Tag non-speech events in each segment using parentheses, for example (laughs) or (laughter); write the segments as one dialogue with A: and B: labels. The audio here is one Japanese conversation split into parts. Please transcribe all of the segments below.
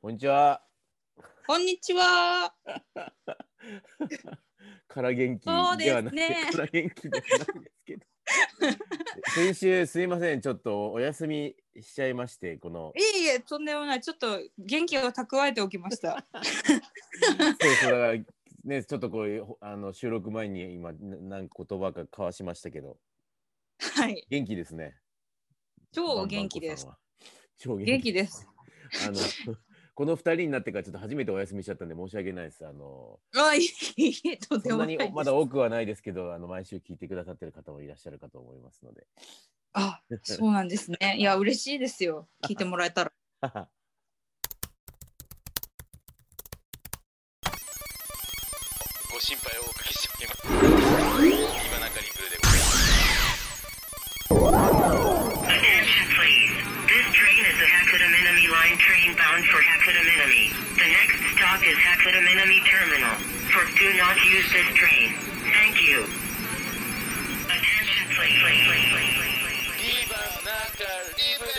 A: こんにちは。
B: こんにちは。
A: から元気
B: そうで
A: では
B: す
A: なくて、
B: ね
A: から元気ではないんですけど。先週すいません、ちょっとお休みしちゃいまして、こ
B: (laughs)
A: の
B: い。えいえ、とんでもない。ちょっと元気を蓄えておきま (laughs) した。
A: そうそうだからね、ちょっとこういうほあの収録前に今ななんか言葉が交わしましたけど、
B: はい。
A: 元気ですね。
B: 超元気です。
A: バンバンコさんは。超元気
B: 元気です。
A: あの (laughs) この二人になってからちょっと初めてお休みしちゃったんで申し訳ないです。あの
B: あ、いえいえ、とんで
A: そん
B: も
A: な
B: ない
A: に
B: です。
A: まだ多くはないですけど、あの毎週聞いてくださってる方もいらっしゃるかと思いますので。
B: あ、そうなんです (laughs) ね。いや、嬉しいですよ。聞いてもらえたら。
C: ご心配をおかけしております。今中リブルでございます。
D: Attention please. This train is a Hakuda Minami line train bound for Hakuda Minami. The next stop is Hakuda Minami Terminal. For do not use this train. Thank you. Attention please. please.
C: 今中リブレ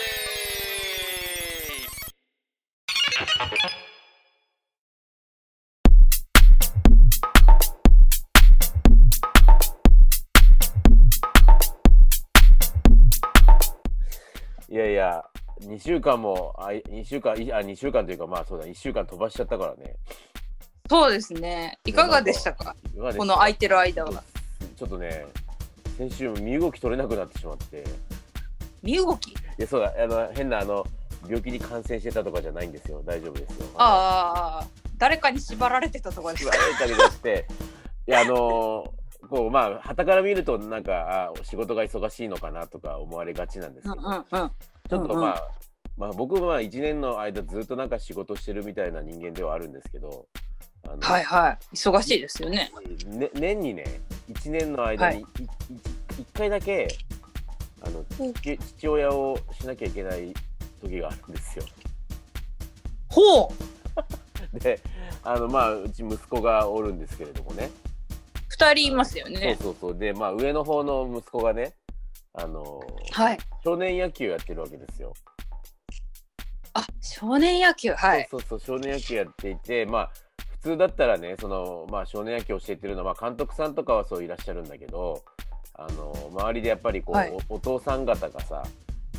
A: いやいや、2週間も、あい2週間、いあ2週間というか、まあそうだ、1週間飛ばしちゃったからね。
B: そうですね。いかがでしたか
A: いかがでした
B: この空いてる間は。
A: ちょっとね、先週身動き取れなくなってしまって、い
B: 身動き。
A: やそうだ、あの変なあの病気に感染してたとかじゃないんですよ、大丈夫ですよ。
B: ああ、誰かに縛られてたとかです
A: 言
B: か
A: わ。れたりだして、いや、あのこうまあはたから見るとなんかあ仕事が忙しいのかなとか思われがちなんです
B: (laughs) うん
A: けど、
B: うんうん。
A: ちょっと
B: うん
A: まあ、まあ、僕は1年の間ずっとなんか仕事してるみたいな人間ではあるんですけど、あの
B: はいはい。忙しいですよね。
A: ね、年にね1年の間に 1, 回だけあの父父親をしなきゃいけない時があるんですよ。
B: ほう。
A: であのまあうち息子がおるんですけれどもね
B: 二人いますよね。
A: そうそうそうでまあ上の方の息子がねあの、
B: はい。
A: 少年野球やってるわけですよ。
B: あ、少年野球。はい。
A: そうそうそう少年野球やっていてまあ普通だったらねその、まあ、少年野球を教えてるのは、まあ、監督さんとかはそういらっしゃるんだけどあの周りでやっぱりこう、
B: はい
A: おお父さん方がさ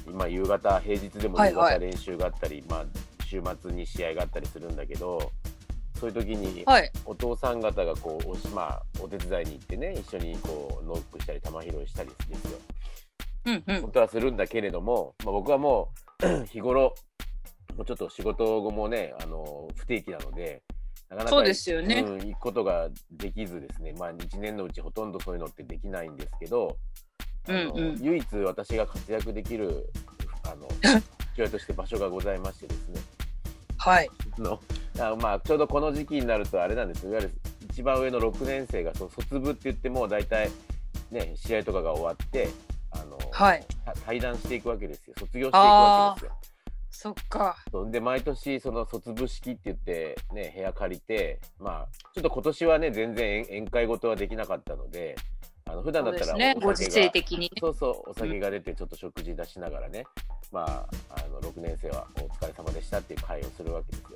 A: 今夕方平日でも
B: はい
A: 夕
B: は
A: 方
B: い
A: 練習があったり、まあ、週末に試合があったりするんだけどそういう時に
B: はい。
A: お父さん方がこうお,、まあ、お手伝いに行ってね一緒にこうノックしたり球拾いしたりですよ。
B: うんうん。
A: 本当はするんだけれども、まあ、僕はもう (clears throat) 日頃もうちょっと仕事後もねあの不定期なのでなかなか
B: そうですよね
A: うん、行くことができずですね、まあ、1年のうちほとんどそういうのってできないんですけど、あの
B: うんうん
A: 唯一私が活躍できるあ
B: (laughs)
A: の父親として場所がございましてですね
B: はい。
A: あのあまあちょうどこの時期になるとあれなんですよいわゆる一番上の6年生がそう卒部って言ってもう大体ね試合とかが終わってあの、
B: はい
A: た対談していくわけですよ卒業していくわけですよ。
B: そっか。
A: そうで毎年その卒部式って言ってね部屋借りてまあちょっと今年はね全然宴宴会事はできなかったのであの普段だ
B: そう
A: っ
B: で
A: たら
B: すね。ご
A: お
B: 時
A: 酒
B: 世
A: が
B: 的にね。
A: そうそう、お酒が出て、ちょっと食事出しながらね、まあ、あの6年生はお疲れ様でしたっていう会をするわけですよ。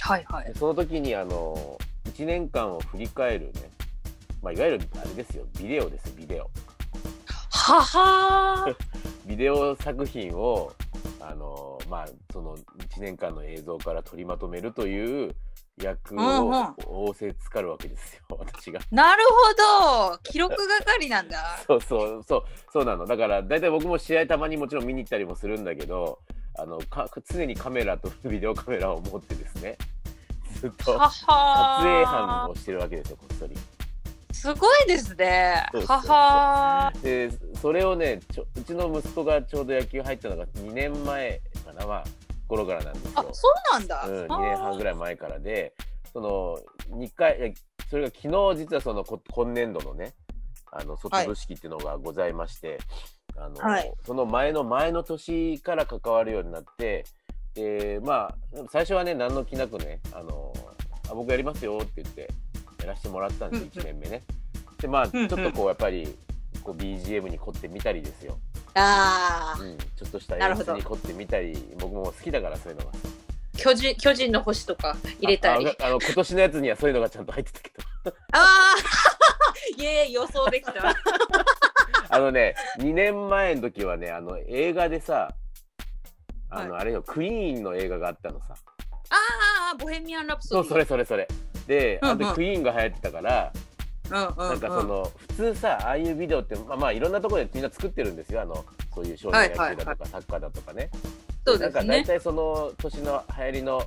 B: はいは
A: で
B: い。
A: その時に、あの、1年間を振り返るね、まあ、いわゆるあれですよ、ビデオです、ビデオ。
B: ははー。
A: ビデオ作品を、あの、まあ、その1年間の映像から取りまとめるという役を
B: うんうん
A: 仰せつかるわけですよ、 (laughs) 私が。
B: なるほど。記録係なんだ。
A: そうそうそうそうなのだから大体僕も試合たまにもちろん見に行ったりもするんだけどあのか常にカメラと (laughs) ビデオカメラを持ってですねずっと
B: は
A: 撮影班
B: は
A: をしてるわけですよこっそり。
B: ー。すごいですね
A: そう。そう
B: は
A: そう
B: はー。
A: でそれをねちょうちの息子がちょうど野球入ったのが2年前かなまあ頃からなんです
B: あ
A: よ、。
B: そうなんだ。
A: うん、2年半ぐ
B: らい。
A: らい前からでその2回いやそれが昨日実はそのこ今年度のねあの卒部式っていうのがございまして、あの
B: はい
A: その前の前の年から関わるようになってでまあ最初はね何の気なくねあのあ僕やりますよって言ってやらせてもらったんですよ、
B: うんうん
A: 1年目ね。でまあ
B: ん
A: ちょ
B: う
A: っ
B: ん
A: とこうやっぱりこう BGM に凝ってみたりですよ、
B: あ
A: うん、ちょっとした
B: なる
A: 演
B: ほ
A: 出
B: ど
A: に凝ってみたり僕も好きだからそういうのが。
E: 巨人巨人の星とか入れたり。
A: ああの今年のやつにはそういうのがちゃんと入ってたけど
E: ああイエーイ (laughs) 予想
A: (laughs)
E: できた。
A: あのね2年前の時はねあの映画でさあの、あれよクイーンの映画があったのさ
E: ああボヘミアンラプ
A: そ
E: ソ
A: う
E: ディ。
A: それそれそれで、
E: うんうん
A: あとクイーンが流行ってたから、
E: うんうんうん。
A: なんかその普通さああいうビデオってまあまあいろんなところでみんな作ってるんですよあのそういう少年野球だとか、
E: はい
A: サッカーだとかね
E: そうです
A: なんか大
E: ね。
A: 体その年の流行りの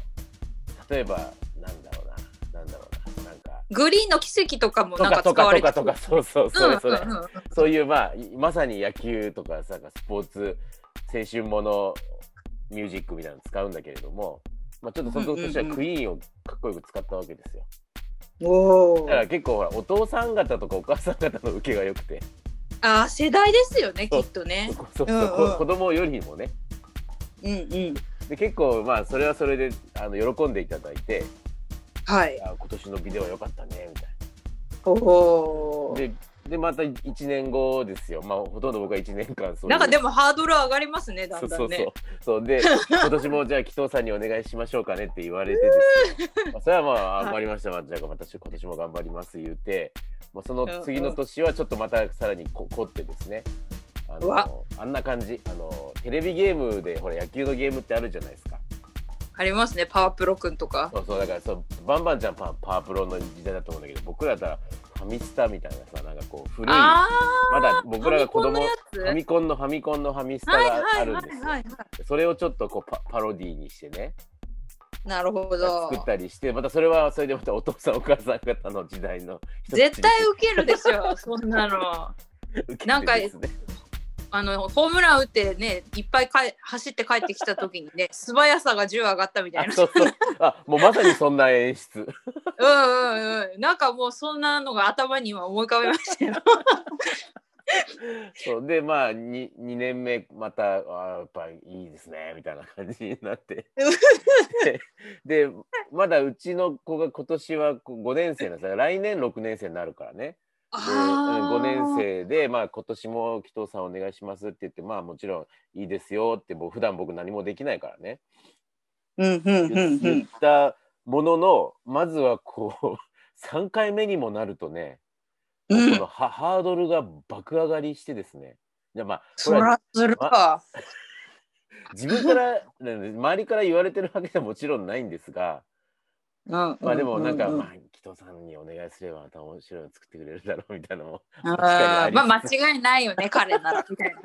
A: 例えばなんだろうななんだろうななんか
E: グリーンの奇跡とかも
A: と
E: なんか
A: か
E: 使
A: とか
E: わ
A: と
E: れて
A: かとかそうそうそれそれ、
E: うんうんうん
A: そういうまあいまさに野球とかさスポーツ青春ものミュージックみたいなの使うんだけれども、まあ、ちょっとその年はクイーンをかっこよく使ったわけですよ。
E: おお
A: だか。ら結構ほらお父さん方とかお母さん方の受けが良くて
E: ああ世代ですよねき
A: そう
E: っとね。
A: そうそう
E: うんうん
A: こ子供よりもね
E: うんうん。
A: で結構まあそれはそれであの喜んでいただいて
E: はい。
A: あ今年のビデオは良かったねみたい
E: お
A: な
E: お。
A: ででまた1年後ですよまあほとんど僕は1年間そういう
E: なんかでもハードル上がりますねだ
A: そ
E: ん
A: う
E: だ
A: そ
E: ん
A: うそう
E: ね。
A: そうで
E: (laughs)
A: 今年もじゃあ紀藤さんにお願いしましょうかねって言われて
E: (laughs)
A: ですよまあそれはまあ
E: はい
A: 頑張りました、まあじゃあ私今年も頑張ります言うて、まあ、その次の年はちょっとまたさらにこ凝ってですねあ
E: うわ
A: のあんな感じあのテレビゲームでほら野球のゲームってあるじゃないですか
E: ありますねパワープロくんとか。
A: そうそうだからそうバンバンちゃんパパワープロの時代だと思うんだけど僕らだったらファミスタみたいなさなんかこう古いま
E: ああ。
A: だ僕らが子供
E: フ
A: フ
E: ァ
A: ァ
E: ミ
A: ミコンのファミコンのファミスタ
E: コンのやつ
A: が
E: は
A: あ
E: いはい
A: る
E: は
A: んです
E: い
A: よ、
E: はいは
A: それをちょっとこうパパロディーにしてね
E: い。なるほど
A: 作。ったりしてまたそれはそれでまたお父さんお母さん方の時代の人たちに
E: 絶対ウケるでしょそんなの
A: 受けて
E: なんか
A: ですね
E: あのホームラン打ってねいっぱいかえ走って帰ってきた時にね素早さが10上がったみ
A: (laughs)
E: たい
A: あ
E: な
A: そうそうあもうまさにそんな演出
E: うんうんうんなんかもうそんなのが頭には思い浮かべましたよ
A: そうでまあ 2, 二年目またあーやっぱいいですねみたいな感じになって
E: (laughs)
A: ででまだうちの子が今年は5年生なんですよ来年6年生になるからねで5年生で、まあ、今年も紀藤さんお願いしますって言ってまあもちろんいいですよってもう普段僕何もできないからね
E: うんうんう
A: 言
E: んう
A: 言
E: ん
A: ったもののまずはこう (laughs) 3回目にもなるとね、もうこのはハードルが爆上がりしてですねじゃあまあこ
E: そ
A: れは
E: らするか
A: 自分からね周りから言われてるわけではもちろんないんですが、
E: ま
A: まあでもなんか、
E: うう
A: まあ、紀藤さんにお願いすればまた面白いの作ってくれるだろうみたいなのも確かに
E: あ
A: あ
E: ー
A: り
E: まあ間違いないよね彼ならみたいなね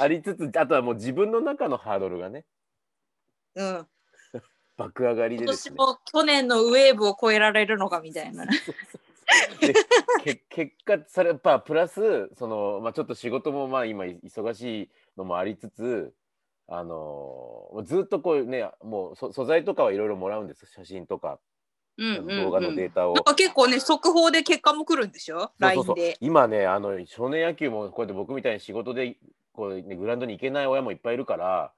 A: ありつつあとはもう自分の中のハードルがね
E: うん
A: 爆上がりで
E: 今
A: で
E: 年
A: すね
E: も去年のウェーブを超えられるのかみたい
A: (laughs)
E: な
A: でけ結果それやっぱプラスその、まあ、ちょっと仕事もまあ今い忙しいのもありつつあのーずっとこうねもうそ素材とかはいろいろもらうんです写真とか
E: うんうんうん
A: 動画のデータを。
E: なんか結構ね速報で結果も来るんでしょ
A: そう
E: LINE
A: そうそう
E: で。
A: 今ねあの少年野球もこうやって僕みたいに仕事でこう、ね、グラウンドに行けない親もいっぱいいるから、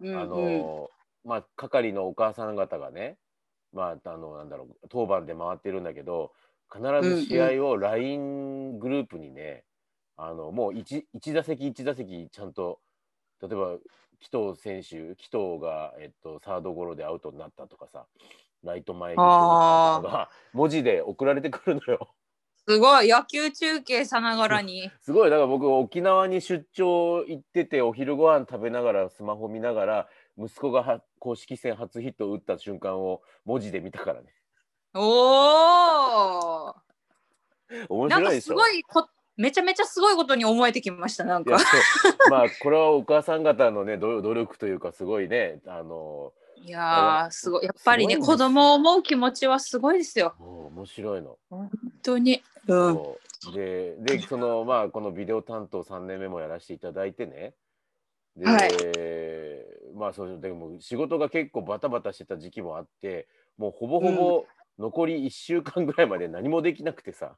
E: うんうん
A: あのーまあ係のお母さん方がねまああのなんだろう当番で回ってるんだけど必ず試合を LINE グループにね、あのもう 1, 一打席1打席ちゃんと例えば紀藤選手紀藤が、えっと、サードゴロでアウトになったとかさライト前に飛び込んだとかが文字で送られてくるのよ。
E: すごい野球中継さながらに。
A: すごいだから僕沖縄に出張行っててお昼ご飯食べながらスマホ見ながら息子がは公式戦初ヒットを打った瞬間を文字で見たからね (laughs)
E: お
A: 面
E: お。なん
A: 白い
E: か
A: ですしょ
E: ごいこめちゃめちゃすごいことに思えてきましたなん
A: いや
E: か。
A: そうまあこれはお母さん方のね努努力というかすごいねあの
E: いやーすごいやっぱりね
A: すごいです
E: 子供を思う気持ちはすごいですよ
A: もう面白いの。
E: 本当に。うん。
A: そうででそのまあこのビデオ担当3年目もやらせていただいてねで、
E: はい
A: まあそうでも仕事が結構バタバタしてた時期もあってもうほぼほぼ残り1週間ぐらいまで何もできなくてさ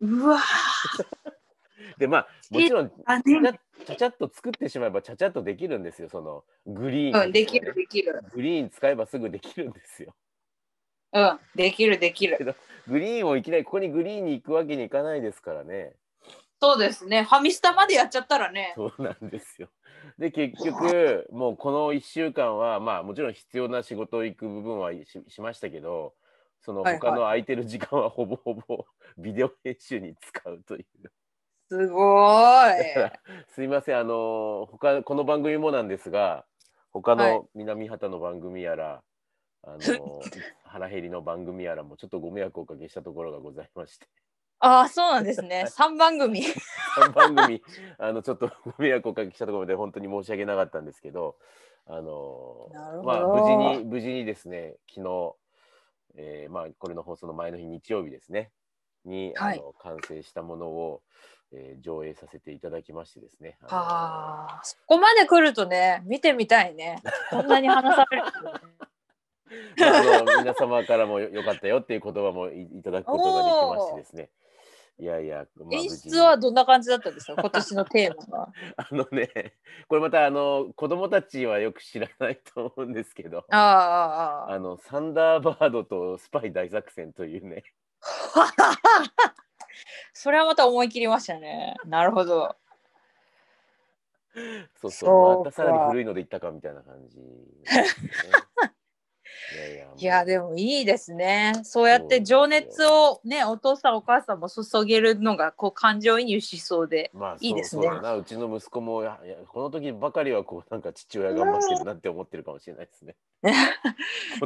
E: うわ
A: でまあもちろん
E: ーね。
A: ちゃちゃっと作ってしまえばちゃちゃっとできるんですよそのグリーンとか
E: う
A: ね、
E: んできるできる。
A: グリーン使えばすぐできるんですよ
E: うんできるできる。
A: グリーンをいきなりここにグリーンに行くわけにいかないですからね (laughs)
E: そうですねファミスタまでやっちゃったらね。
A: そうなんですよで結局もうこの1週間はまあもちろん必要な仕事行く部分はししましたけどその
E: はいはい
A: 他の空いてる時間は (laughs) ほぼほぼビデオ編集に使うという。
E: すごい。
A: すいませんあの他この番組もなんですが他
E: はい
A: の南畑の番組やら、あ
E: (laughs)
A: の腹減りの番組やらもちょっとご迷惑をおかけしたところがございまして
E: (laughs)
A: (laughs)
E: ああ、そうなんですね。三番 (laughs) 組。
A: 三番組あのちょっとご迷惑をおかけしたところで本当に申し訳なかったんですけどあの
E: なるほど
A: まあ無事に無事にですね昨日、えーまあこれの放送の前の日日曜日ですねに、
E: はい
A: あの完成したものを、えー上映させていただきましてですねあの
E: ああ、そこまで来るとね、見てみたいね。こんなに話され
A: (laughs)
E: るとね。
A: まあ、あの皆様からもよ (laughs) よかったよっていう言葉もいいただくことができましてですね。いやいや、まあ
E: 演出は
A: 無
E: どんな感じだったんですか。今年のテーマは。
A: 事 (laughs) にあのね、これまたあの子供たちはよく知らないと思うんですけど、
E: (laughs) あああああ
A: あのサンダーバードとスパイ大作戦というね、
E: あ。それはまた思い切りましたね。なるほど。
A: そう
E: そ
A: そうう、
E: か
A: またさらに古いのでいったかみたいな感じ
E: (laughs)
A: なんですね、いやいや、
E: いや、でもいいですね。そうやって情熱をね、お父さんお母さんも注げるのが、こう感情移入しそうで。
A: まあ、そう
E: いいですね
A: そうだな、うちの息子もやいやこの時ばかりはこうなんか父親頑張ってるなって思ってるかもしれないです
E: (laughs)
A: ね。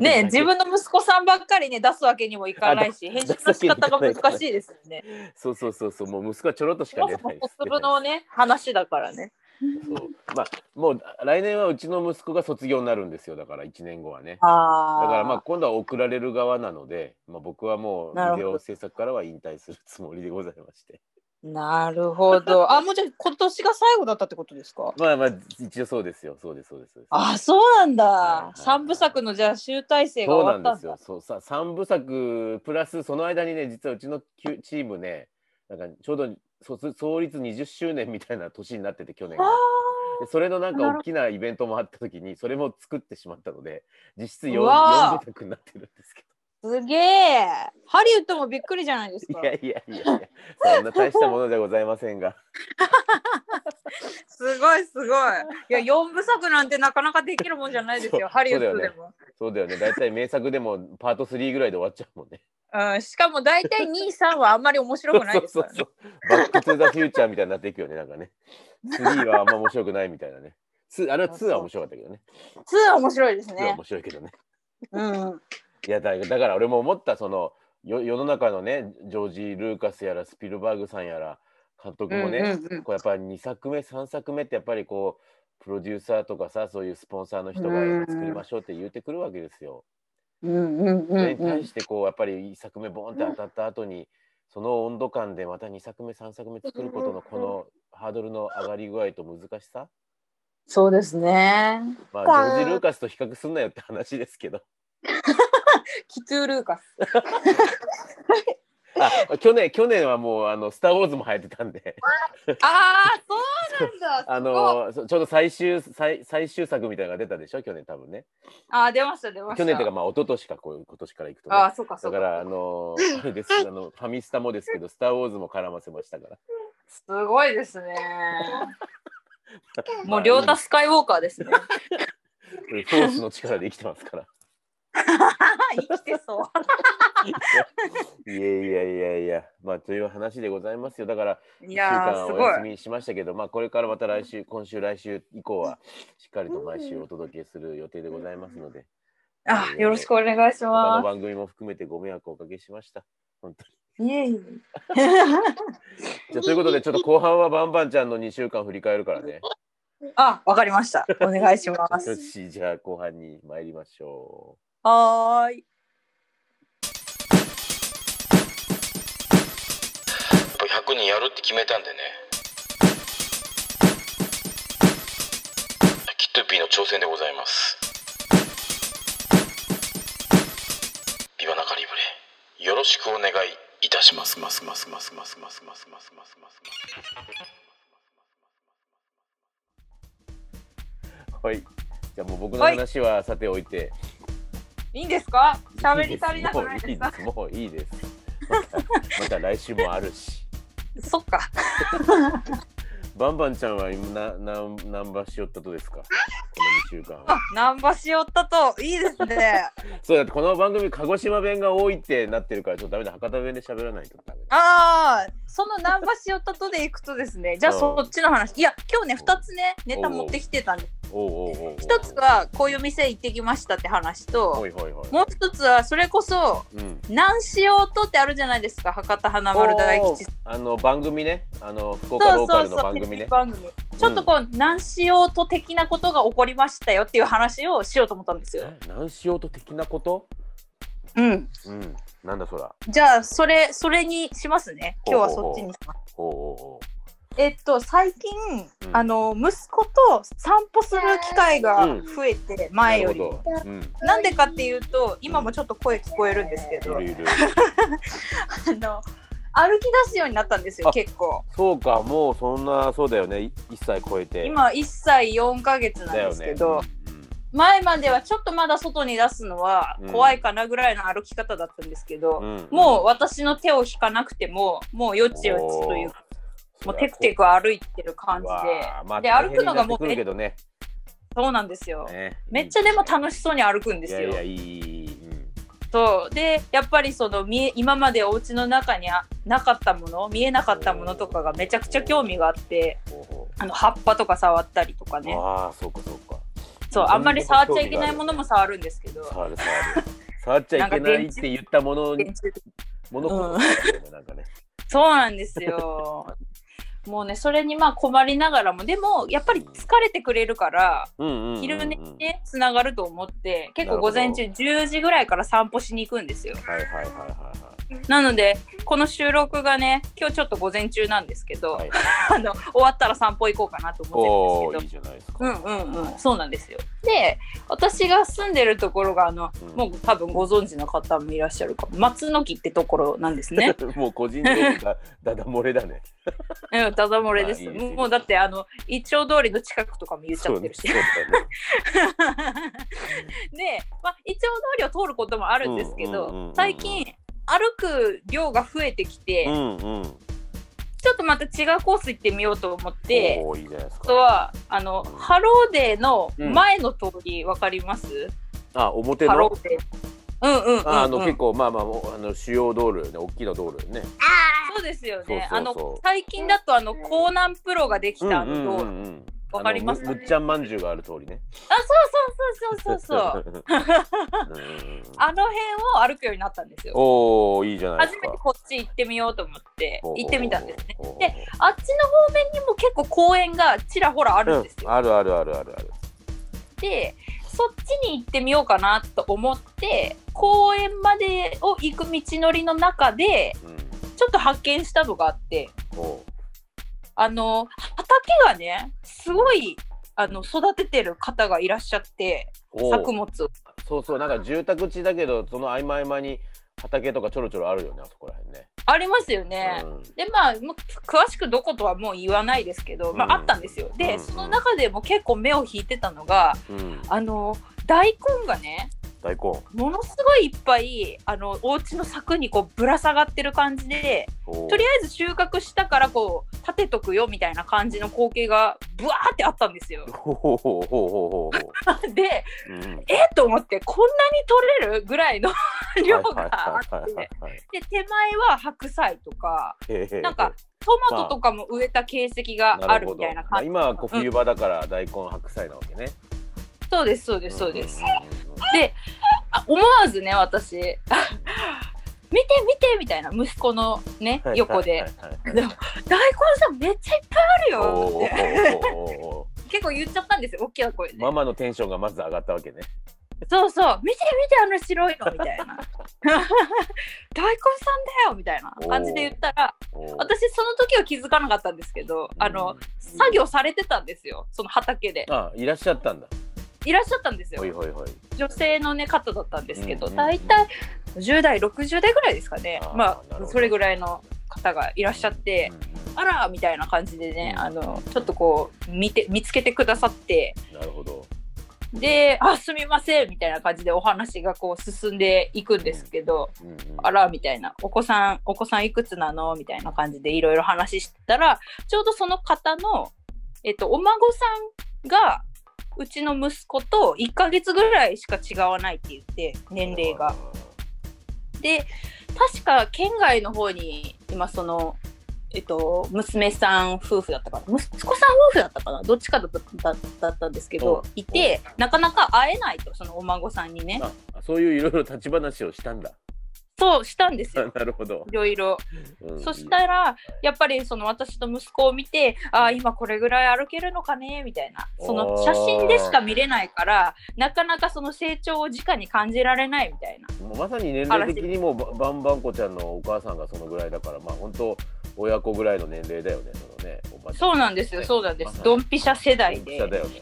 E: ね、自分の息子さんばっかりね、出すわけにもいかない
A: (laughs)
E: し、
A: あ
E: 編
A: だ
E: 集の仕方が難しいですよ
A: (laughs)
E: ね。
A: そうそうそうそう、もう息子はちょろっとし
E: そ
A: か
E: も
A: 出
E: そ
A: な
E: も
A: いです。
E: 小粒のね、話だからね。
A: そうまあ、もう来年はうちの息子が卒業になるんですよ、だから1年後はね。
E: あ
A: だからまあ
E: あ、
A: 今度は送られる側なので、まあ、僕はもう
E: なるほ
A: ビデ
E: ど
A: オ制作からは引退するつもりでございまして。
E: なるほ
A: (laughs)
E: ど。あ、もうじゃあ今年が最後だったってことですか
A: まあまあ一応そうですよ、そうです、そうです。そうです
E: あ、そうなん
A: はいは
E: だ
A: い。
E: 三部作のじゃあ集大成が
A: そう
E: 終
A: な
E: わ
A: ん
E: った
A: で
E: ん
A: す
E: だ。
A: よ。そうさ3部作プラスその間にね実はうちのきゅチームねなんかちょうど卒創立20周年みたいな年になってて去年が
E: あ
A: でそれのなん
E: なるほ
A: か
E: ど
A: 大きなイベントもあった時にそれも作ってしまったので実質 4,
E: うわー
A: 部作になってるんですけ
E: ーすげえ。ハリウッドもびっくりじゃないです
A: ど
E: か
A: い。やいやいやいやそんな大したものではございませんが
E: すごいすごい。いや、四部作なんてなかなかできるもんじゃないです
A: そう
E: よ。ハリウッ
A: そうだ
E: ドで
A: よね
E: も。
A: そうだよね大体名作でもパート3ぐらいで終わっちゃうもん
E: (laughs)
A: ね。
E: うん、しかも大体2、3はあんまり面白くないです
A: そ
E: か
A: う
E: らね
A: そ。うそうバック・トゥ・ザ・フューチャーみたいになっていくよねなんかね。3はあんま面白くないみたいなね。ツーあれは2は面白かったけどね。
E: 2は面白いです
A: いや
E: ね
A: 面。白いけどね。
E: うん。
A: いやだだから俺も思ったそのよ世の中のねジョージ・ルーカスやらスピルバーグさんやら監督もね、
E: うんうんうん
A: こうやっぱり2作目3作目ってやっぱりこうプロデューサーとかさそういうスポンサーの人が
E: うん
A: 作りましょうって言ってくるわけですよ。
E: うんうんう
A: そ
E: ん
A: れに
E: う
A: 対
E: ん
A: してこうやっぱり1作目ボーンって当たった後にその温度感でまた2作目3作目作ることのこのハードルの上がり具合と難しさ
E: そうですね。
A: まあジョージ・ルーカスと比較すんなよって話ですけど。
E: キトゥールーカス。
A: あ去年去年はもうあの「スター・ウォーズ」も流行ってたんで
E: ああ、そうなん
A: (laughs)
E: だ。
A: あのそちょうど最終最最終作みたいなのが出たでしょ去年多分ね
E: ああ、出ました、出ました。
A: 去年というかまあ一昨年かこう今年からいくと、ね、
E: ああ、そうか、そ
A: だ
E: う
A: か
E: か。
A: らあのーあれ
E: (laughs)
A: ですあのファミスタもですけど「スター・ウォーズ」も絡ませましたから
E: すごいですね。も
A: まあ
E: う、両太スカイウォーカーですね。
A: うんフォースの力で生きてますから
E: 生きてそ
B: (laughs)
A: いやいやいやいやまあという話でございますよだから
E: う。
A: 1
E: い
A: 週
E: やー、
A: 間
E: す
A: お
E: ご
A: 休
E: い。
A: みしましたけどまあこれからまた来週今週来週以降はしっかりと毎週お届けする予定でございますので
E: あ、よろしくお願いし
A: 他の
E: ま
A: 番組も含めてご迷惑をおかけしました。本当に
E: す。いえいえ。
A: じゃあということでちょっと後半はバンバンちゃんの2週間振り返るからね。
E: あ、わかりました。お願いしま
A: よ
E: す。
A: しじゃあ後半に参りましょ
E: はーい。
C: 100人やるって決めたんでねキットピーの挑戦でございますビバナカリブレよろしくお願いいたしますますますますますますますますますます
A: う。はい。じゃあもう僕の話はさておいて。
E: いいんですか
A: 喋
E: 喋り足りなくないですか
A: もういいです。もういいです。またまた来週もあるし。
E: そっか。
A: バンバンちゃんは今なな何番しよったとですかこの2週間
B: あ
A: は。
B: 難波しおったといいで
A: (laughs)
B: すね
A: そうだってこの番組鹿児島弁が多いってなってるからちょっとダメだ博多弁で喋らないとダメだ。
B: ああその難波しおったとでいくとですねじゃあ
A: うん
B: そっちの話いや今日ね2つねネタ持ってきてたんで
A: おうおうおうおう
B: 1つはこういう店行ってきましたって話と
A: はいはいはい。
B: もう1つはそれこそ
A: うん
B: 南しおとってあるじゃないですか博多華丸大吉さん
A: あの番組ねあの福岡
B: そ
A: ロ
B: う
A: ーカ
B: そう
A: ルの
B: そう
A: 番
B: テレ
A: 組
B: ビ
A: ね。
B: 番組ちょっとこう南しおと的なことが起こりましたよっていう話をしようと思ったんですよ。
A: え何しようと的なこと
B: うん、
A: うん。なんだそら。
B: じゃあそれそれにしますね今日はそっちにします。
A: おうおうおう。
B: えっと最近、
A: うん
B: あの息子と散歩する機会が増えて、前より
A: なるほど。うん。
B: なんでかっていうと今もちょっと声聞こえるんですけど、
A: いるいる。
B: あの歩き出すようになったんですよ
A: あ
B: 結構
A: そうかもうそんなそうだよねい一歳超えて。
B: 今1歳4ヶ月なん
A: だよ
B: で
A: ね。
B: すけど、
A: うん
B: 前まではちょっとまだ外に出すのは
A: うん
B: 怖いかなぐらいの歩き方だったんですけど、
A: うんうん
B: もう私の手を引かなくてももうよちよちというかもうテクテク歩いてる感じで
A: わあまあ
B: で
A: 大変
B: 歩くのがも
A: にな
B: う
A: ってくるけどね。
B: そうなんですよ。
A: ね
B: めっちゃでも楽しそうに歩くん
A: い
B: ですよ。
A: やいやいいいいいい。うん
B: そうでやっぱりその見え今までお家の中にあなかったもの見えなかったものとかがめちゃくちゃ興味があって
A: ほうほ
B: あの葉っぱとか触ったりとか
A: う
B: ね
A: ああそうかそうか。
B: そうあんまり触っちゃいけないものも
A: 触
B: 触るんですけど
A: 触る触る。触っちゃいけないって言ったものにものこそだよねなんかね。
B: そうなんですよ。
A: (laughs)
B: もうねそれにまあ困りながらもでもやっぱり疲れてくれるから
A: うんうんうんうん。
B: 昼寝にねつながると思って結構午前中10時ぐらいから散歩しに行くんですよ。
A: はいはいはいはい
B: なのでこの収録がね今日ちょっと午前中なんですけど、
A: はい。はい、
B: あの終わったら散歩行こうかなと思
A: お
B: って
A: お
B: るん
A: い
B: で
A: い
B: すけど。
A: じゃないです
B: う
A: か。
B: んうんうん、そうなんですよ。で、私が住んでるところが、あの、
A: うん
B: もう多分ご存知の方もいらっしゃるかも、松の木ってところなんですね。
A: (laughs) もう個人的がだだ漏れだね。
B: うん、ダダ漏れです。
A: まあいいです
B: もうだって、あの、一丁通りの近くとかも言っちゃってるし。
A: そうねそうだね
B: で、まあ、一丁通りを通ることもあるんですけ
A: うんうんうんうんう
B: ど
A: ん、
B: 最近、歩く量が増えてきて、
A: うんうん。
B: ちょっとまた違うコース行ってみようと思って、
A: おーいいじゃないです
B: あと
A: か。
B: はあのハローデーの前の通りわかります、
A: あ表
B: ハロ
A: の
B: ーデーうんうんうん、うん、
A: ああの結構まあまあおあの主要道路ね大きな道路ね。
B: そうですよね
A: そうそうそう
B: あの最近だとあの江南プロができたあの道路、
A: うんうんうんうん
B: わかります
A: あのむむっちゃんまんじゅうがある通りね。
B: あそうそうそうそうそう
A: (laughs)
B: そう
A: うんうんうん
B: あの辺を歩くようになったんですよ
A: おおいいじゃないで
B: 初
A: す
B: めて
A: か。
B: こっち行ってみようと思って行ってみたんですね
A: ほうほうほうほう。
B: であっちの方面にも結構公園がちらほらあるんです
A: う
B: よ、
A: んあるあるあるあるある。
B: でそっちに行ってみようかなと思って公園までを行く道のりの中で
A: うん。
B: ちょっと発見したのがあって
A: お
B: あの畑がねすごいあの育ててる方がいらっしゃって
A: お
B: 作物を
A: そうそうなんか住宅地だけどその合間合間に畑とかちょろちょろあるよねあそこら辺ね。
B: ありますよね。
A: うん
B: でまあ、もう詳しくどことはもう言わないですけど、ま
A: うん
B: あ、あったんですよ。
A: うん
B: で、
A: うん
B: その中でも結構目を引いてたのが
A: うん。
B: あの大根がね
A: 大根。
B: ものすごいいっぱいあのお家の柵にこうぶら下がってる感じで
A: と
B: とり
A: あ
B: あえず収穫したからこう立てとくよみたいな感じの光景がブワーってあったんですよ (laughs)
A: え。ず。ほうほうほうほうほうほ
B: で
A: う。うん
B: えっと思ってこんなに取れるぐらいの (laughs) 量があ
A: はい
B: っ
A: はいはい
B: て
A: はいはい
B: で手前は白菜とか
A: へえ
B: なんかトマトとかも植えた形跡があるみたいな
A: まあ
B: 感じ
A: 今はこう冬場だから大根白菜なわけね。
B: そうですそうですそうです
A: んうんうんうん。
B: であ思わずね私 (laughs) 見て見てみたいな息子のね
A: はい
B: 横で
A: はいはいはい
B: でも大根さんめっちゃいっぱいあるよ
A: お
B: って
A: ーおーおーお
B: 結構言っちゃったんですよ大きな声で
A: ー。ママのテンションがまず上がったわけね。
B: そうそう見て見てあの白いのみ
A: (laughs)
B: たいな大根さんだよみたいな感じで言ったら
A: おー
B: 私その時は気づかなかったんですけどあの、作業されてたんですよその畑で
A: あいらっしゃったんだ。
B: いらっしゃったんですよ
A: ほいほいほい。
B: 女性の、ね、方だったんですけど、
A: うんうんうん
B: 大体10代60代ぐらいですかね
A: あー
B: ま
A: なるほ
B: あ
A: ど
B: それぐらいの方がいらっしゃって、あらみたいな感じでねあのちょっとこう見て見つけてくださって
A: うん。なるほど。
B: で「あすみません」みたいな感じでお話がこう進んでいくんですけど
A: うんうん
B: 「あら」みたいな「お子さんお子さんいくつなの?」みたいな感じでいろいろ話してたらちょうどその方の、えっと、お孫さんがうちの息子と1ヶ月ぐらいしか違わないって言って年齢が。で確か県外の方に今そのえっと娘さん夫婦だったかな息子さん夫婦だったかなどっちかだっただだったんですけ
A: うん
B: どいてなかなか会えないとそのお孫さんにね
A: ああそういういろいろ立ち話をしたんだ。
B: そうしたんです
A: あ (laughs)
B: よ
A: なるほど
B: い。ろいろ
A: うん
B: そしたらやっぱりその私と息子を見てああ今これぐらい歩けるのかねみたいなその写真でしか見れないからなかなかその成長を直に感じられないみたいな
A: もうまさに年齢的にもばバンバンコちゃんのお母さんがそのぐらいだからまあ本当親子ぐらいの年齢だよねそのねおばちゃ
B: そうなんですよそうなんですドンピシャ世代で
A: 下だよね、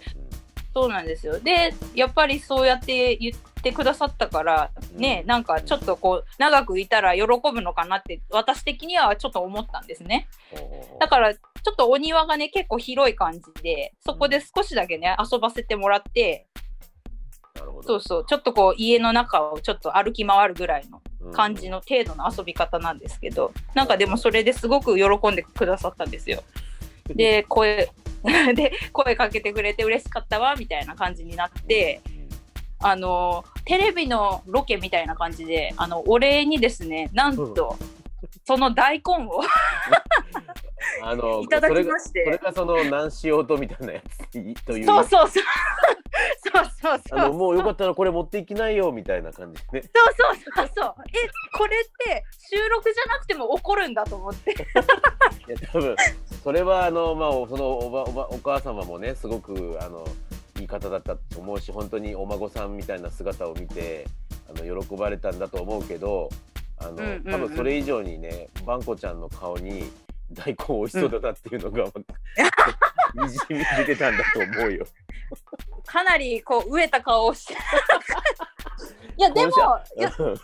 B: そうなんですよでやっぱりそうやって言ってくださったからね、
A: うん
B: なんかちょっとこう長くいたら喜ぶのかなって私的にはちょっと思ったんですね
A: うんほうほうほう
B: だからちょっとお庭がね結構広い感じでそこで少しだけね遊ばせてもらって
A: なるほど
B: そうそうちょっとこう家の中をちょっと歩き回るぐらいの
A: うん
B: 感じの程度の遊び方なんですけどなんかでもそれですごく喜んでくださったんですよ。で声 (laughs) で声かけてくれて嬉しかったわみたいな感じになって。あのテレビのロケみたいな感じであのお礼にですねなんと、その大根を
A: あの
B: いただきまして
A: それがそれがその何しようとみたいなやついという
B: そうそうそう (laughs) そうそうそう
A: あのもうよかったらこれ持っていきないよみたいな感じでね
B: そうそうそうそうえこれって収録じゃなくても怒るんだと思って
A: いや多分それはあのまあそのおばおばお母様もねすごくあのいい方だったと思うし本当にお孫さんみたいな姿を見てあの喜ばれたんだと思うけどあの、
B: んうんうん
A: 多分それ以上にねバンコちゃんの顔に大根美味しそうだなっていうの
B: (laughs)
A: が、にじみ出てたんだと思うよ。
B: かなりこう飢えた顔をして
A: (laughs)
B: いやでもいや
A: ほう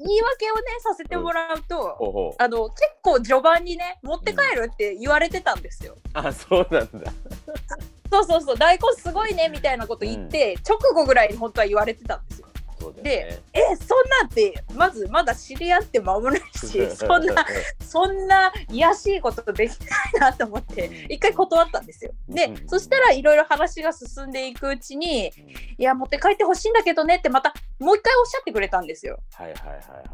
B: 言い訳をねさせてもらうと、
A: ほう
B: あの結構序盤にね持って帰るって言われてたんですよ。
A: あそうなんだ。
B: そうそうそう大根すごいねみたいなこと言って、直後ぐらいに本当は言われてたんですよ。
A: そうだよね。
B: えそんなんってまずまだ知り合って間もないしそんなそんな癒しいことできないなと思って
A: うん
B: 一回断ったんですよ。
A: う
B: で
A: ん
B: そしたらいろいろ話が進んでいくうちに
A: うん
B: 「いや持って帰ってほしいんだけどね」ってまたもう一回おっしゃってくれたんですよ。
A: (laughs) はいはいはいはいはい。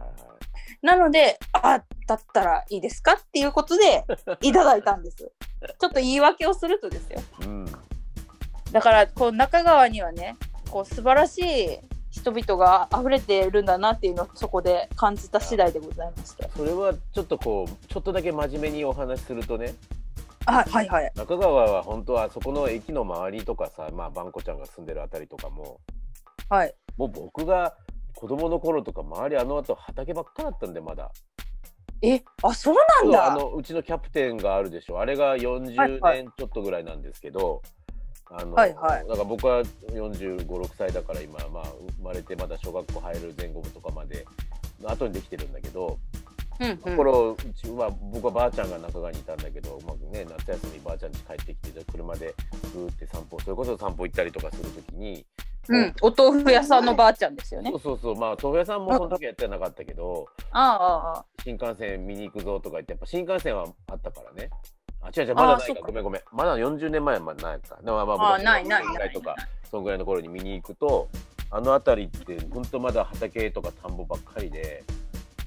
B: なので「あだったらいいですか?」っていうことでいただいたん
A: (laughs)
B: です。ちょっと言い訳をするとですよ。
A: うん
B: だからこう中川にはねこう素晴らしい人々が溢れているんだなっていうのをそこで感じた次第でございました。
A: それはちょっとこうちょっとだけ真面目にお話しするとね
B: あはいはい。
A: 中川は本当はそこの駅の周りとかさまあバンコちゃんが住んでるあたりとかも
B: はい。
A: もう僕が子供の頃とか周りあの後畑ばっかだったんでまだ
B: え、あ、そうなん
A: そうあ
B: だ。
A: のうちのキャプテンがあるでしょあれが40
B: はい
A: 年ちょっとぐらいなんですけど、あの
B: はいはい
A: だから僕は456歳だから今、まあ、生まれてまだ小学校入る前後とかまで後にできてるんだけど、
B: うん
A: ところうちは僕はばあちゃんが中川にいたんだけど、まあね、夏休みばあちゃん家帰ってきて車でふーって散歩それこそ散歩行ったりとかするときに、
B: うん、うん、お豆腐屋さんのばあちゃんですよね
A: そ。うそうそうまあ豆腐屋さんもその時はやってなかったけど
B: ああ、あ
A: 新幹線見に行くぞとか言ってやっぱ新幹線はあったからねあ違う違う
B: あ
A: ま
B: ー
A: だない
B: そ
A: かご
B: うか
A: めんごめんまだ40年前はないかでもまあ
B: ああ、ないない
A: 僕
B: な
A: が
B: い
A: とかそのぐらいの頃に見に行くとあの辺りってほんとまだ畑とか田んぼばっかりで。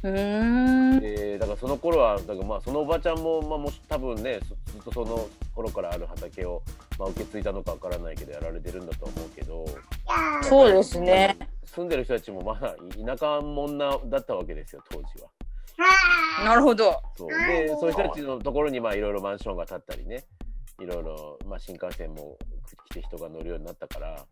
B: うーん。
A: でだからその頃はだからまあそのおばちゃんも、まあ、もし多分ねずずっとその頃からある畑を、まあ、受け継いだのかわからないけどやられてるんだと思うけど
B: そうですね。
A: 住んでる人たちもまだい田舎もんなだったわけですよ当時は。
B: なるほど。
A: そうでそういう人たちのところにまあいろいろマンションが建ったりねいろいろ、まあ、新幹線も来て人が乗るようになったから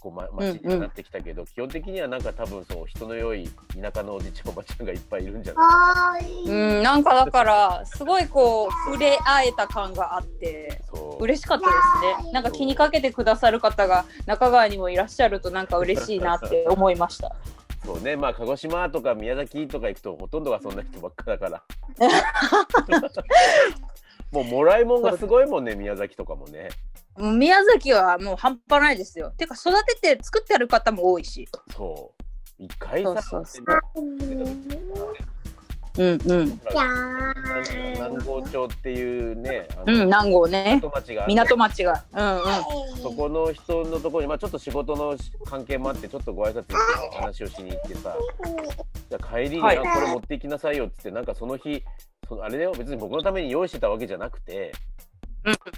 A: こう、ま、街になってきたけど、基本的にはなんか多分そう人の良い田舎のおじいちゃんおばちゃんがいっぱいいるんじゃない
B: うん、なんかだから、すごいこう、触れ合えた感があって。
A: そう
B: 嬉しかったですね。なんか気にかけてくださる方が中川にもいらっしゃるとなんか嬉しいなって思いました。
A: そうね、まあ鹿児島とか宮崎とか行くとほとんどがそんな人ばっかだ
B: (laughs)
A: から。もうもらいもんがすごいもんね、宮崎とかもね。
B: もう宮崎はもう半端ないですよ。てか育てて作ってある方も多いし。
A: そう。一回
B: そう
A: さ、
B: そうそう
F: じ
B: うんうん。
F: ゃ
A: 南郷町っていうね、あ
B: う
A: の
B: ん、南郷ね。
A: 港町があって
B: 港町が。うんうん。
A: そこの人のところに、まあ、ちょっと仕事の関係もあって、ちょっとご挨拶に話をしに行ってさ、じゃあ帰りに、
B: はい
A: あこれ持っていきなさいよってって、なんかその日、そのあれだよ、別に僕のために用意してたわけじゃなくて、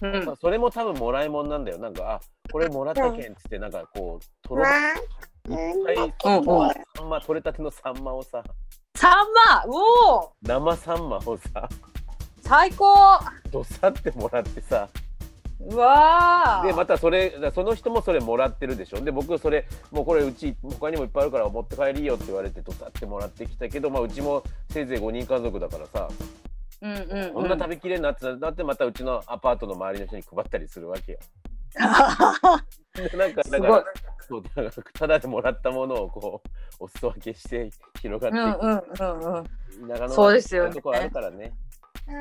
B: うんうん
A: まあ、それも多分もらいもんなんだよ。なんか、あこれもらったけんっつって、なんかこう、とろいっぱい、
B: うんうん
A: サンマ、取れたてのサンマをさ、
B: サンマおお
A: 生サンマをさ、 (laughs)
B: 最高
A: どさってもらってさ、
B: うわー
A: でまたそれその人もそれもらってるでしょで僕それもうこれうち他にもいっぱいあるから持って帰りよって言われてとさってもらってきたけど、まあ、うちもせいぜい5人家族だからさ
B: うんうんうん、
A: こんな食べきれんなってなってまたうちのアパートの周りの人に配ったりするわ
B: (laughs)
A: けよ。でなんか
B: すご
A: だか
B: い
A: らそうだからただでもらったものをこうお裾分けして広
B: うんう
A: がって
B: んうんうん
A: いく、長野
B: そうですよね
A: とこあるからね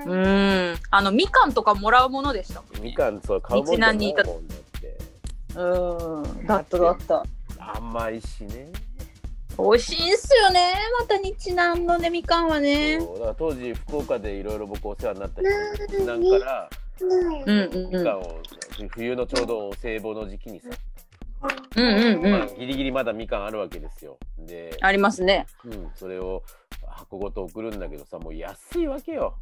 B: うんあのみかんとかもらうものでしたもん
A: み
B: ね
A: かんそう買うもんじゃないもんだって
B: うんだっただった
A: 甘いしね。
B: 美味しいんすよねまた日南のねみかんはね
A: そうだから当時福岡でいろいろ僕お世話になった人なんから
B: うんうんう
A: み
B: ん
A: かんを冬のちょうどお歳暮の時期にさ、
B: うんうんう
A: まあ
B: ん
A: ギリギリまだみかんあるわけですよで、
B: ありますね
A: うん、それを箱ごと送るんだけどさもう安いわけよ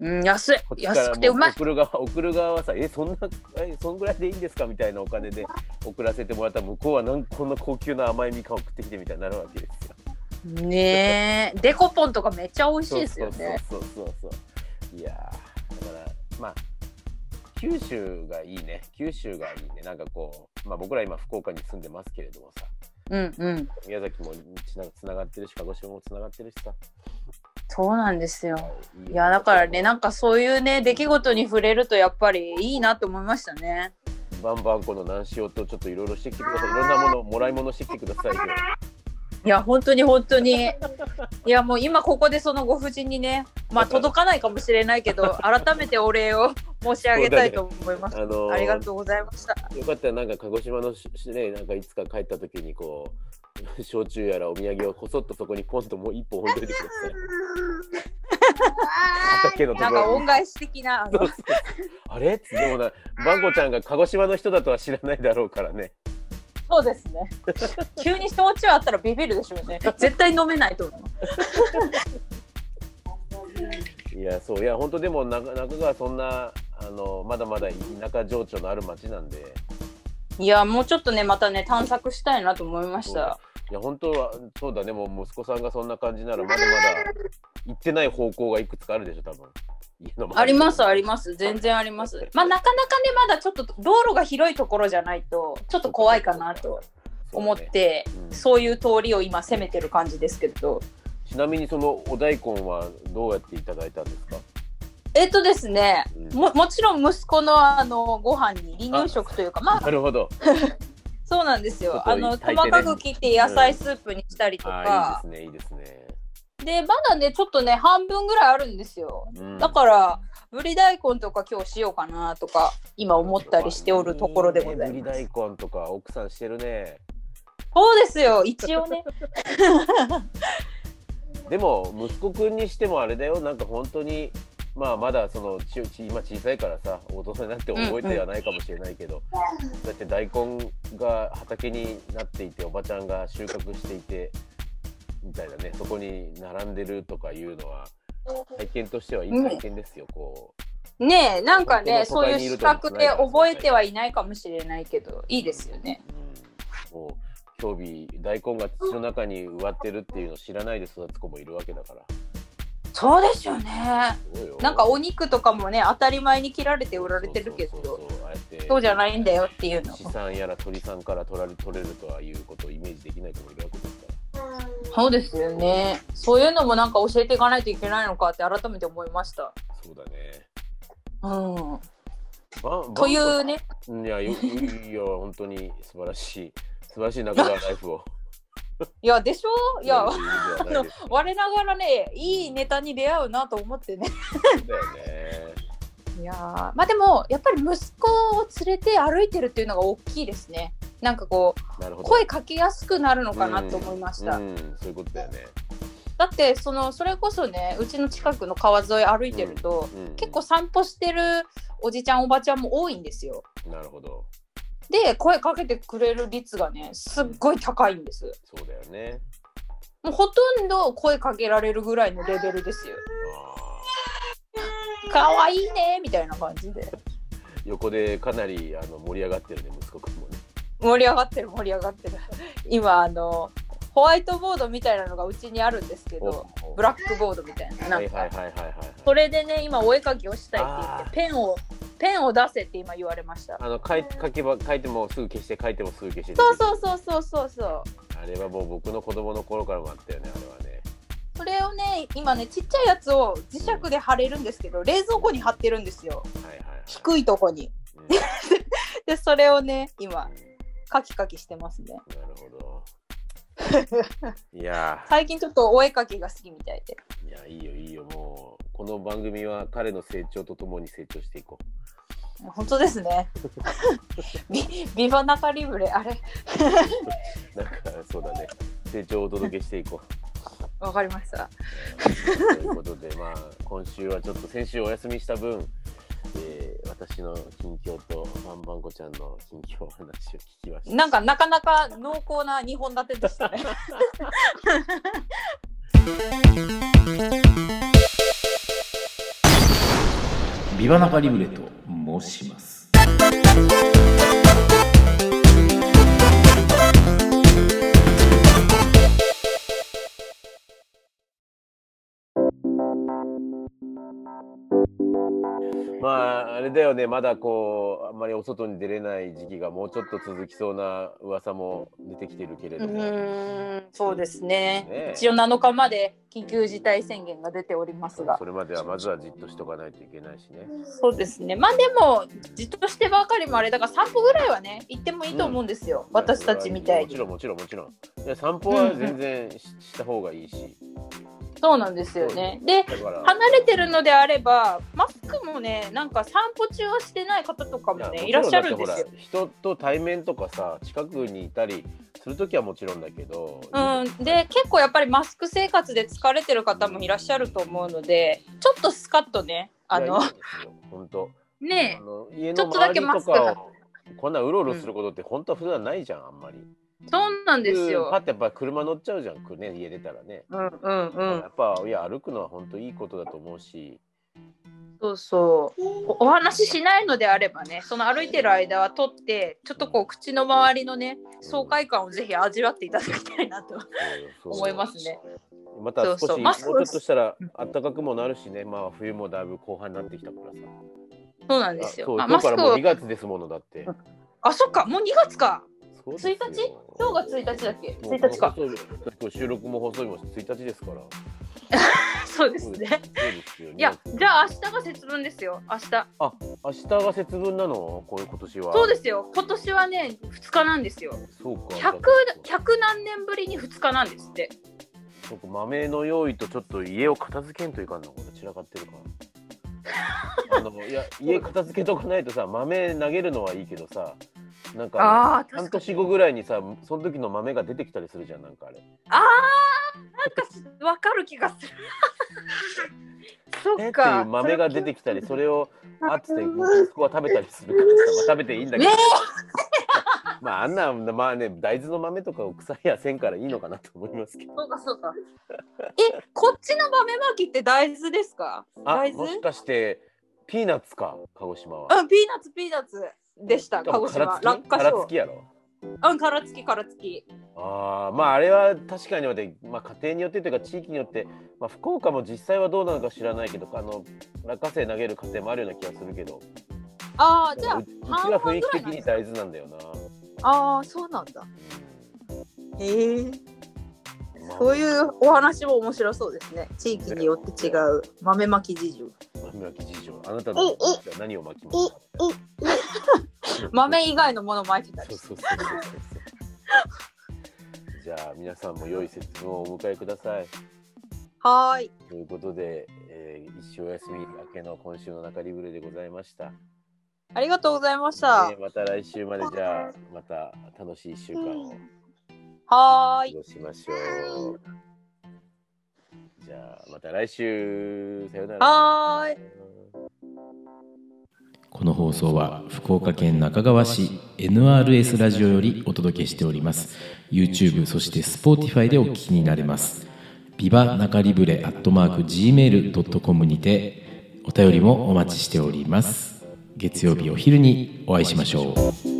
B: うん安い
A: こっちから
B: 安くてう
A: も
B: まい
A: 送る側送る側はさえそんな (laughs) えそんぐらいでいいんですかみたいなお金
B: (laughs)
A: で送らせてもらったら向こうはなんこんな高級な甘いみかん送ってきてみたいになるわけですよ
B: ねえデコポンとかめっちゃ美味しいですよね
A: そうそうそうそうそういやーだからまあ九州がいいね九州がいいねなんかこう、まあ、僕ら今福岡に住んでますけれどもさ
B: うんうん
A: 宮崎もつなつながってるし鹿児島もつながってるしさ
B: そうなんですよ
A: いよね
B: いやだからねなんかそういうね出来事に触れるとやっぱりいいなと思いましたね
A: バンバンこの南塩とちょっといろいろしてきてくださいいろんなものもらい物してきてくださいよ
B: いや本当に本当にいやもう今ここでそのご婦人にねまあ届かないかもしれない
A: (laughs)
B: けど改めてお礼を (laughs) 申し上げたいと思います、
A: あのー
B: ありがとうございました
A: よかったらなんか鹿児島のししねなんかいつか帰った時にこう焼酎やらお土産をこそっとそこにポンともう一本置いといてください畑のと
B: な
A: こ
B: んか
A: ろに
B: 恩返し的なあの
A: あれでもな、バンコちゃんが鹿児島の人だとは知らないだろうからね。
B: そうです
A: (laughs)
B: ね急に焼酎あったらビビるでしょうね絶対飲めないと思う
A: いや、そう、いや、本当でも中、中川そんな、あの、まだまだ田舎情緒のある町なんで。
B: いやもうちょっとねまたね探索したいなと思いました
A: いや、本当は、そうだね、もう息子さんがそんな感じなら、まだまだ。行ってない方向がいくつかあるでしょ多分。家の周り
B: ありますあります全然ありますまあなかなかねまだちょっと道路が広いところじゃないとちょっと怖いかなと思っ。
A: そうだね
B: て
A: うん
B: そういう通りを今攻めてる感じですけど
A: ちなみに、そのお大根はどうやっていただいたんですか。
B: えっとですね
A: うん
B: ももちろん息子のあのご飯に離乳食というかまあ
A: なるほど。
B: そうなんですよ
A: ちょっ
B: あ
A: と
B: の
A: 炊い
B: 細
A: てね
B: かく切って野菜スープにしたりと
A: あ
B: か
A: あ、いいですね、いいですね。
B: でまだねちょっとね半分ぐらいあるんですよ
A: うん
B: だからぶり大根とか今日しようかなとか今思ったりしておるところでございます
A: ねぶり大根とか奥さんしてるね。
B: そうです (laughs) よ一応ね
A: でも息子くんにしてもあれだよなんか本当にまあまだそのちち今小さいからさ大人になって覚えてはないかもしれないけど、だって大根が畑になっていておばちゃんが収穫していてみたいなねそこに並んでるとかいうのは体験としてはいい体験ですよ、こ
B: ねえなんか (laughs) ね
A: 本当に都会
B: そういう
A: にいる
B: 資
A: とは思
B: 格
A: ってない
B: で
A: から
B: 覚えてはいないかもしれないけどいいですよね
A: う、うん、もう興味大根が土の中に植わってるっていうのを知らないで育つ子もいるわけだから
B: そうですよね
A: すごいよ
B: なんかお肉とかもね当たり前に切られて売られてるけ
A: そうそ
B: ど
A: うそうそうあえて
B: そうじゃないんだよっていうの
A: 資産やら鳥さんから取られ取れるとはいうことをイメージできない子もいるわけですから。
B: そうですよねそういうのもなんか教えていかないといけないのかって改めて思いました
A: そうだね。
B: うん
A: まあ
B: という。ね
A: まあいやよいいいや本当に素晴らしい素晴らしい中川ライフを。
B: いやでしょいや
A: やるべきではないです
B: (laughs) 我ながらねいいネタに出会うなと思ってね
A: そうだよね。
B: いやーまあでもやっぱり息子を連れて歩いてるっていうのが大きいですねなんかこ
A: なるほ
B: う
A: ど
B: 声かけやすくなるのかなと思いました、
A: うんうんそういうことだよね、
B: だってそのそれこそねうちの近くの川沿い歩いてると、
A: うん
B: 結構散歩してるおじちゃんおばちゃんも多いんですよ
A: なるほど
B: で声かけてくれる率がねすっごい高いんです
A: そうだよね
B: もうほとんど声かけられるぐらいのレベルですよ
A: あ
B: かわいいねみたいな感じで
A: ー横でかなりあの盛り上がってるね息子くんもね
B: 盛り上がってる盛り上がってる今あのホワイトボードみたいなのがうちにあるんですけど
A: おお
B: ブラックボードみたいなな
A: は
B: ん
A: い
B: か、
A: はいはいはいはいはい
B: それでね今お絵かきをしたいって言
A: あ
B: っ
A: ー
B: てペンをペンを出せって今言われました
A: あの書い書けば書いてもすぐ消して書いてもすぐ消して
B: そうそうそうそうそうそう
A: あれはもう僕の子供の頃からもあったよねあれはね
B: それをね今ねちっちゃいやつを磁石で貼れるんですけど冷蔵庫に貼ってるんですよ
A: はいはい、はい、
B: 低いとこに
A: うん、
B: でそれをね今カキカキしてますね
A: なるほどいや
B: 最近ちょっとお絵かきが好きみたいで
A: ーいやいいよいいよもうこの番組は彼の成長とともに成長していこう
B: 本当ですね (laughs) ビビバナカリブレあれ
A: なんかそうだね成長をお届けしていこう
B: わかりました
A: ということで、まあ、今週はちょっと先週お休みした分、えー私の近況とバンバンコちゃんの近況お話を聞きました。
B: なんかなかなか濃厚な2本立てでした (laughs) ね
G: ビバナカリブレと申します。
A: まあ、あれだよね、まだこう、あんまりお外に出れない時期がもうちょっと続きそうな噂も出てきてるけれども、
B: んそうですね
A: ね
B: 一応7日まで緊急事態宣言が出ておりますが
A: それまではまずはじっとしとかないといけないしね。
B: そうですね。まあでも、じっとしてばかりもあれだから、散歩ぐらいはね、行ってもいいと思うんですよ。私たちみたい
A: も
B: に
A: ち。ろん、もちろん、もちろん。で散歩は全然しした方がいいし、
B: そうなんですよね。で、
A: だから。
B: 離れてるのであれば、マスクもね、なんか散歩中はしてない方とかもね、いらっしゃるんですよ。
A: もちろんだってほら人と対面とかさ近くにいたりするときはもちろんだけど、
B: うん、で結構やっぱりマスク生活で疲れてる方もいらっしゃると思うのでちょっとスカッとねあ
A: いやいい
B: の
A: んですよ本当あ
B: ね
A: の家
B: ちょ
A: の
B: っとだ
A: 周
B: け
A: り
B: マ
A: と
B: スクが
A: かをこんなうろうろすることって本当は普段ないじゃんあんまり。
B: そうなんです
A: うんパ
B: よ
A: ッてやっぱ車乗っちゃうじゃんくね家出たらね。
B: うんうんう
A: や
B: ん
A: っぱいや歩くのは本当いいことだと思うし、
B: そうそうおお話ししないのであればねその歩いてる間は取ってちょっとこう口の周りのね爽快感をぜひ味わっていただきたいな
A: そ
B: と
A: うそう
B: 思いますね。
A: また少し
B: そうそう
A: も
B: マ
A: う
B: ス
A: ち
B: ク
A: ょっとしたら暖かくもなるしね、まあ冬もだいぶ後半になってきたからさ。
B: そうなんです
A: あそ
B: よ。
A: う
B: あ
A: 今
B: マ
A: 日
B: ス
A: から
B: ク
A: もう
B: を
A: 2月ですものだって。
B: あそっかもう2月か
A: そうですよ
B: 1日今日が1日だっけ
A: もう
B: 1日か
A: 放送日今日収録も放送日も1日ですから。
B: そうですね。
A: そうですよね
B: いやじゃあ明日が節分ですよ明日
A: 明日が節分なのこういう今年は。。
B: そうですすよ今年はね2日なんですよ
A: そうか。
B: 100 100何年ぶりに2日なんですって
A: そうか豆の用意とちょっと家を片付けんといかんのこれ散らかってるから。あのいや
B: (laughs)
A: 家片付けとかないとさ豆投げるのはいいけどさなんか
B: ああー
A: 半
B: 確かに
A: 年後ぐらいにさその時の豆が出てきたりするじゃんなんかあれ。
B: あーなんかわかる気がするそ
A: え
B: っ
A: ってい
B: か
A: う豆が出てきたりそれをあっつってもう息子は食べたりするからさ、まあ、食べていいんだけど、
B: ね
A: (laughs) まああんなまあね大豆の豆とかを腐りやせんからいいのかなと思いますけど
B: そうかそうか。え、こっちの豆まきって大豆ですか？
A: あ
B: 大
A: も
B: 豆？
A: しかしてピーナッツか鹿児島は
B: うん、ピーナッツピーナッツでした。鹿児島
A: 多分
B: 落
A: 殻付き殻
B: 花生
A: 付き。やろ
B: うん、殻付き殻付き。
A: あーまああれは確かにまで、まあ、家庭によってというか地域によって、まあ、福岡も実際はどうなのか知らないけどあの落花生投げる家庭もあるような気がするけど
B: ああ、じゃ
A: う
B: あ
A: うち
B: 半々
A: は雰囲気
B: ぐらい
A: 的
B: なんで
A: に
B: す
A: 大豆なん
B: か。
A: だよな。
B: ああ、そうなんだ。へえ。
A: うんまあ
B: そういうお話も面白そうですね。地域によって違う豆まき事情。
A: 豆まき事情あなたのおは何を巻きますか
B: 豆以外のものまいてたり
A: そう
B: して。
A: そうそうそうそうじゃあ皆さんも良い節分をお迎えください
B: はーい。
A: ということで、えー一生休み明けの今週の中リブレでございました。
B: ありがとうございました
A: えー。また来週までじゃあまた楽しい1週間を過
B: はーい。
A: ごしましょう。じゃあまた来週さよなら。
B: はーい
G: この放送は福岡県那珂川市 NRS ラジオよりお届けしております YouTube そして Spotify でお聞きになれますビバナカリブレアットマーク Gmail.com にてお便りもお待ちしております月曜日お昼にお会いしましょう